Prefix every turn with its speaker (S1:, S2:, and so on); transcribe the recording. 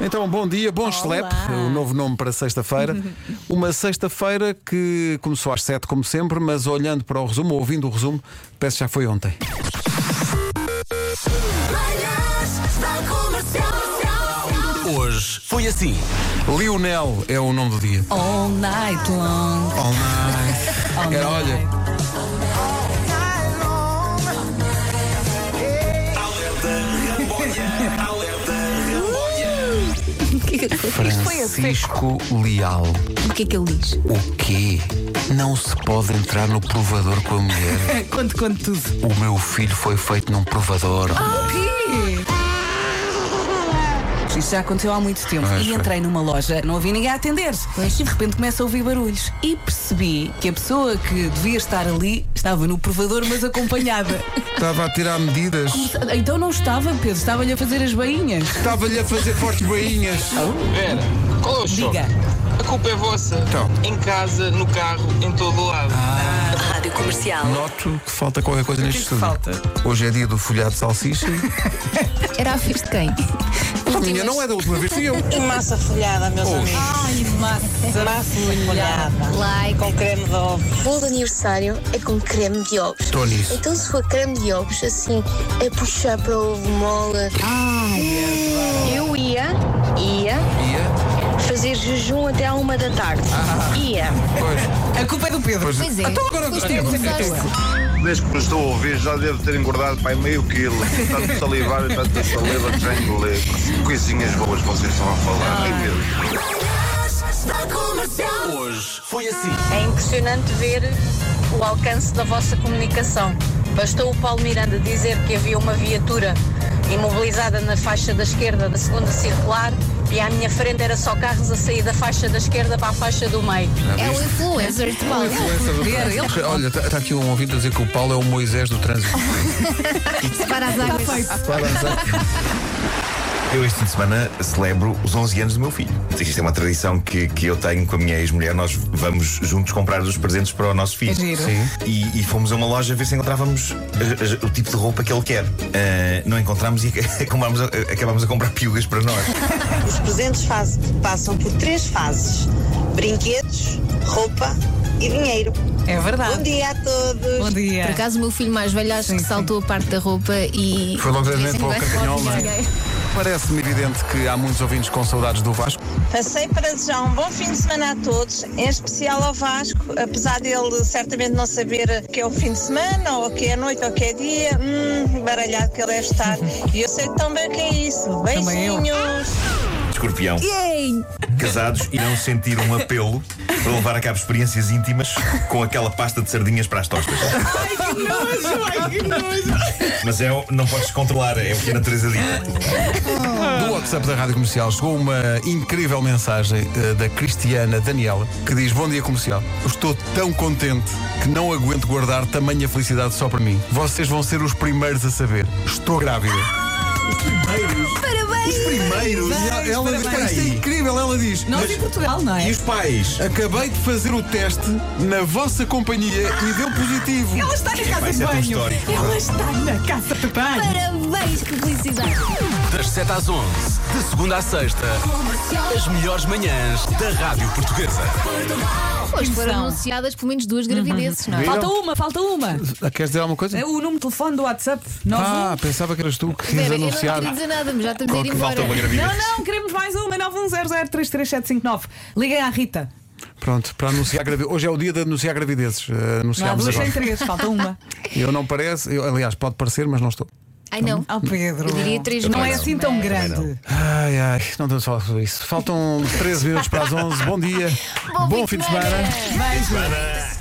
S1: Então, bom dia, bom schlep, o novo nome para sexta-feira. Uma sexta-feira que começou às sete, como sempre, mas olhando para o resumo, ouvindo o resumo, parece que já foi ontem.
S2: Manhãs da comercial.
S3: Hoje foi assim.
S1: Lionel é o nome do dia.
S4: All night long.
S1: Oh, my. Era, olha,
S3: Alerta Ramboia. Alerta Ramboia.
S4: é
S1: Francisco Leal.
S4: O que é que ele diz?
S1: O quê? Não se pode entrar no provador com a mulher.
S4: Conto, conto tudo.
S1: O meu filho foi feito num provador.
S4: Ah, O quê? Isto já aconteceu há muito tempo.
S1: Ah,
S4: e
S1: foi.
S4: entrei numa loja, não havia ninguém a atender. Mas de repente começo a ouvir barulhos. E percebi que a pessoa que devia estar ali estava no provador, mas acompanhada.
S1: Estava a tirar medidas.
S4: então não estava, Pedro, estava-lhe a fazer as bainhas.
S1: Estava-lhe a fazer fortes bainhas.
S5: Vera, qual é o choque?
S4: Diga.
S5: A culpa é vossa.
S1: Então.
S5: Em casa, no carro, em todo o lado.
S6: Ah.
S2: Rádio comercial.
S1: Noto que falta qualquer coisa neste
S4: que é que
S1: estúdio. Hoje é dia do folhado de salsicha.
S7: Era a fiz de quem?
S1: Minha não é da última vez, fui eu.
S6: E massa folhada, meus
S1: Ouve.
S6: amigos.
S4: Ai, massa.
S6: Massa folhada.
S7: Like.
S6: Com creme de ovo.
S8: bolo de aniversário é com creme de ovos.
S1: Estou nisso.
S8: Então, se for creme de ovos, assim, é puxar para o ovo mole.
S9: Eu ia, ia
S1: Ia?
S9: fazer jejum até à uma da tarde. Ia.
S1: Pois.
S4: A culpa é do Pedro.
S1: pois.
S7: Pois é.
S1: Então agora.
S7: Pois temos a causa.
S10: Desde que me estou a ouvir, já devo ter engordado para meio quilo. Tanto salivar e tanta saliva que já engolei. Coisinhas boas vocês estão a falar. Ai, meu Deus.
S2: Manhãs da comercial.
S3: Hoje foi assim.
S9: É impressionante ver o alcance da vossa comunicação. Bastou o Paulo Miranda dizer que havia uma viatura imobilizada na faixa da esquerda da segunda circular e à minha frente era só carros a sair da faixa da esquerda para a faixa do meio.
S7: É o influencer de Paulo.
S1: é Olha, está aqui um ouvido a dizer que o Paulo é o Moisés do trânsito.
S7: Para as águas.
S11: Eu este fim de semana celebro os 11 anos do meu filho. Isto é uma tradição que, que eu tenho com a minha ex-mulher. Nós vamos juntos comprar os presentes para o nosso filho.
S4: É giro.
S11: E, e fomos a uma loja ver se encontrávamos a- a- o tipo de roupa que ele quer. Ah, não encontramos e acabámos a, acabámos a comprar piugas para nós.
S6: Os presentes faz- passam por três fases: brinquedos, roupa e dinheiro.
S4: É
S6: Bom
S4: verdade.
S6: dia a todos.
S4: Bom dia.
S7: Por acaso o meu filho mais velho acho
S4: Sim,
S7: que
S4: sim.
S7: saltou a parte da roupa e.
S1: Foi logo diretamente
S7: Dizem
S1: para o
S7: bem
S1: Carcanhol,
S7: forte,
S1: não é?
S7: ninguém.
S1: Parece-me evidente que há muitos ouvintes com saudades do Vasco.
S6: Passei para desejar um bom fim de semana a todos, em especial ao Vasco, apesar dele certamente não saber que é o fim de semana, ou que é noite, ou que é dia, hum, baralhado que ele deve estar. E eu sei tão bem o que é isso.
S4: Também eu.
S6: Beijinhos.
S11: Escorpião.
S7: Yay!
S11: Casados irão sentir um apelo para levar a cabo experiências íntimas com aquela pasta de sardinhas para as tostas. Mas é, o- não podes controlar, é o que a natureza dita.
S1: Do WhatsApp da Rádio Comercial chegou uma incrível mensagem eh, da Cristiana Daniela que diz: Bom dia comercial. Estou tão contente que não aguento guardar tamanha felicidade só para mim. Vocês vão ser os primeiros a saber. Estou grávida.
S11: Primeiro,
S1: E ela diz: "Pá, Isto é incrível. Ela diz:
S4: Nós em Portugal, não é?
S11: E os pais?
S1: Acabei de fazer o teste na vossa companhia e deu positivo.
S4: Ela está na casa
S11: Vai
S4: de
S11: ser tão
S4: banho.
S11: histórico.
S4: Ela está na casa de banho.
S7: Parabéns, que felicidade!
S3: Das 7 às 11, de segunda à sexta, as melhores manhãs da Rádio Portuguesa.
S7: Pois foram anunciadas pelo menos duas gravidezes, não é?
S4: Falta uma, falta uma.
S1: Ah, Queres dizer alguma coisa?
S4: É O número de telefone do WhatsApp.
S1: Ah,
S4: 91.
S1: pensava que eras tu que quis
S7: Vera, eu não
S1: anunciar.
S7: queria dizer nada, mas já estamos a ir
S1: Qual que falta
S7: embora.
S11: Uma gravidez.
S4: Não, não, queremos mais uma. 910033759. Liguem à Rita.
S1: Pronto, para anunciar gravidez. Hoje é o dia de anunciar gravidezes. Eh,
S4: Não há
S1: Anunciámos
S4: duas sem
S1: agora.
S4: três, falta uma.
S1: Eu não parece, eu, aliás, pode parecer, mas não estou.
S7: Ai não.
S4: Oh, Pedro.
S7: Eu diria três
S4: Não é
S7: meses,
S4: assim tão
S7: mas-
S4: grande.
S1: Ai, ai, não temos falar sobre isso. Faltam 13 minutos para as 11. Bom dia, bom, fim de semana.
S4: Beijo.
S11: Para-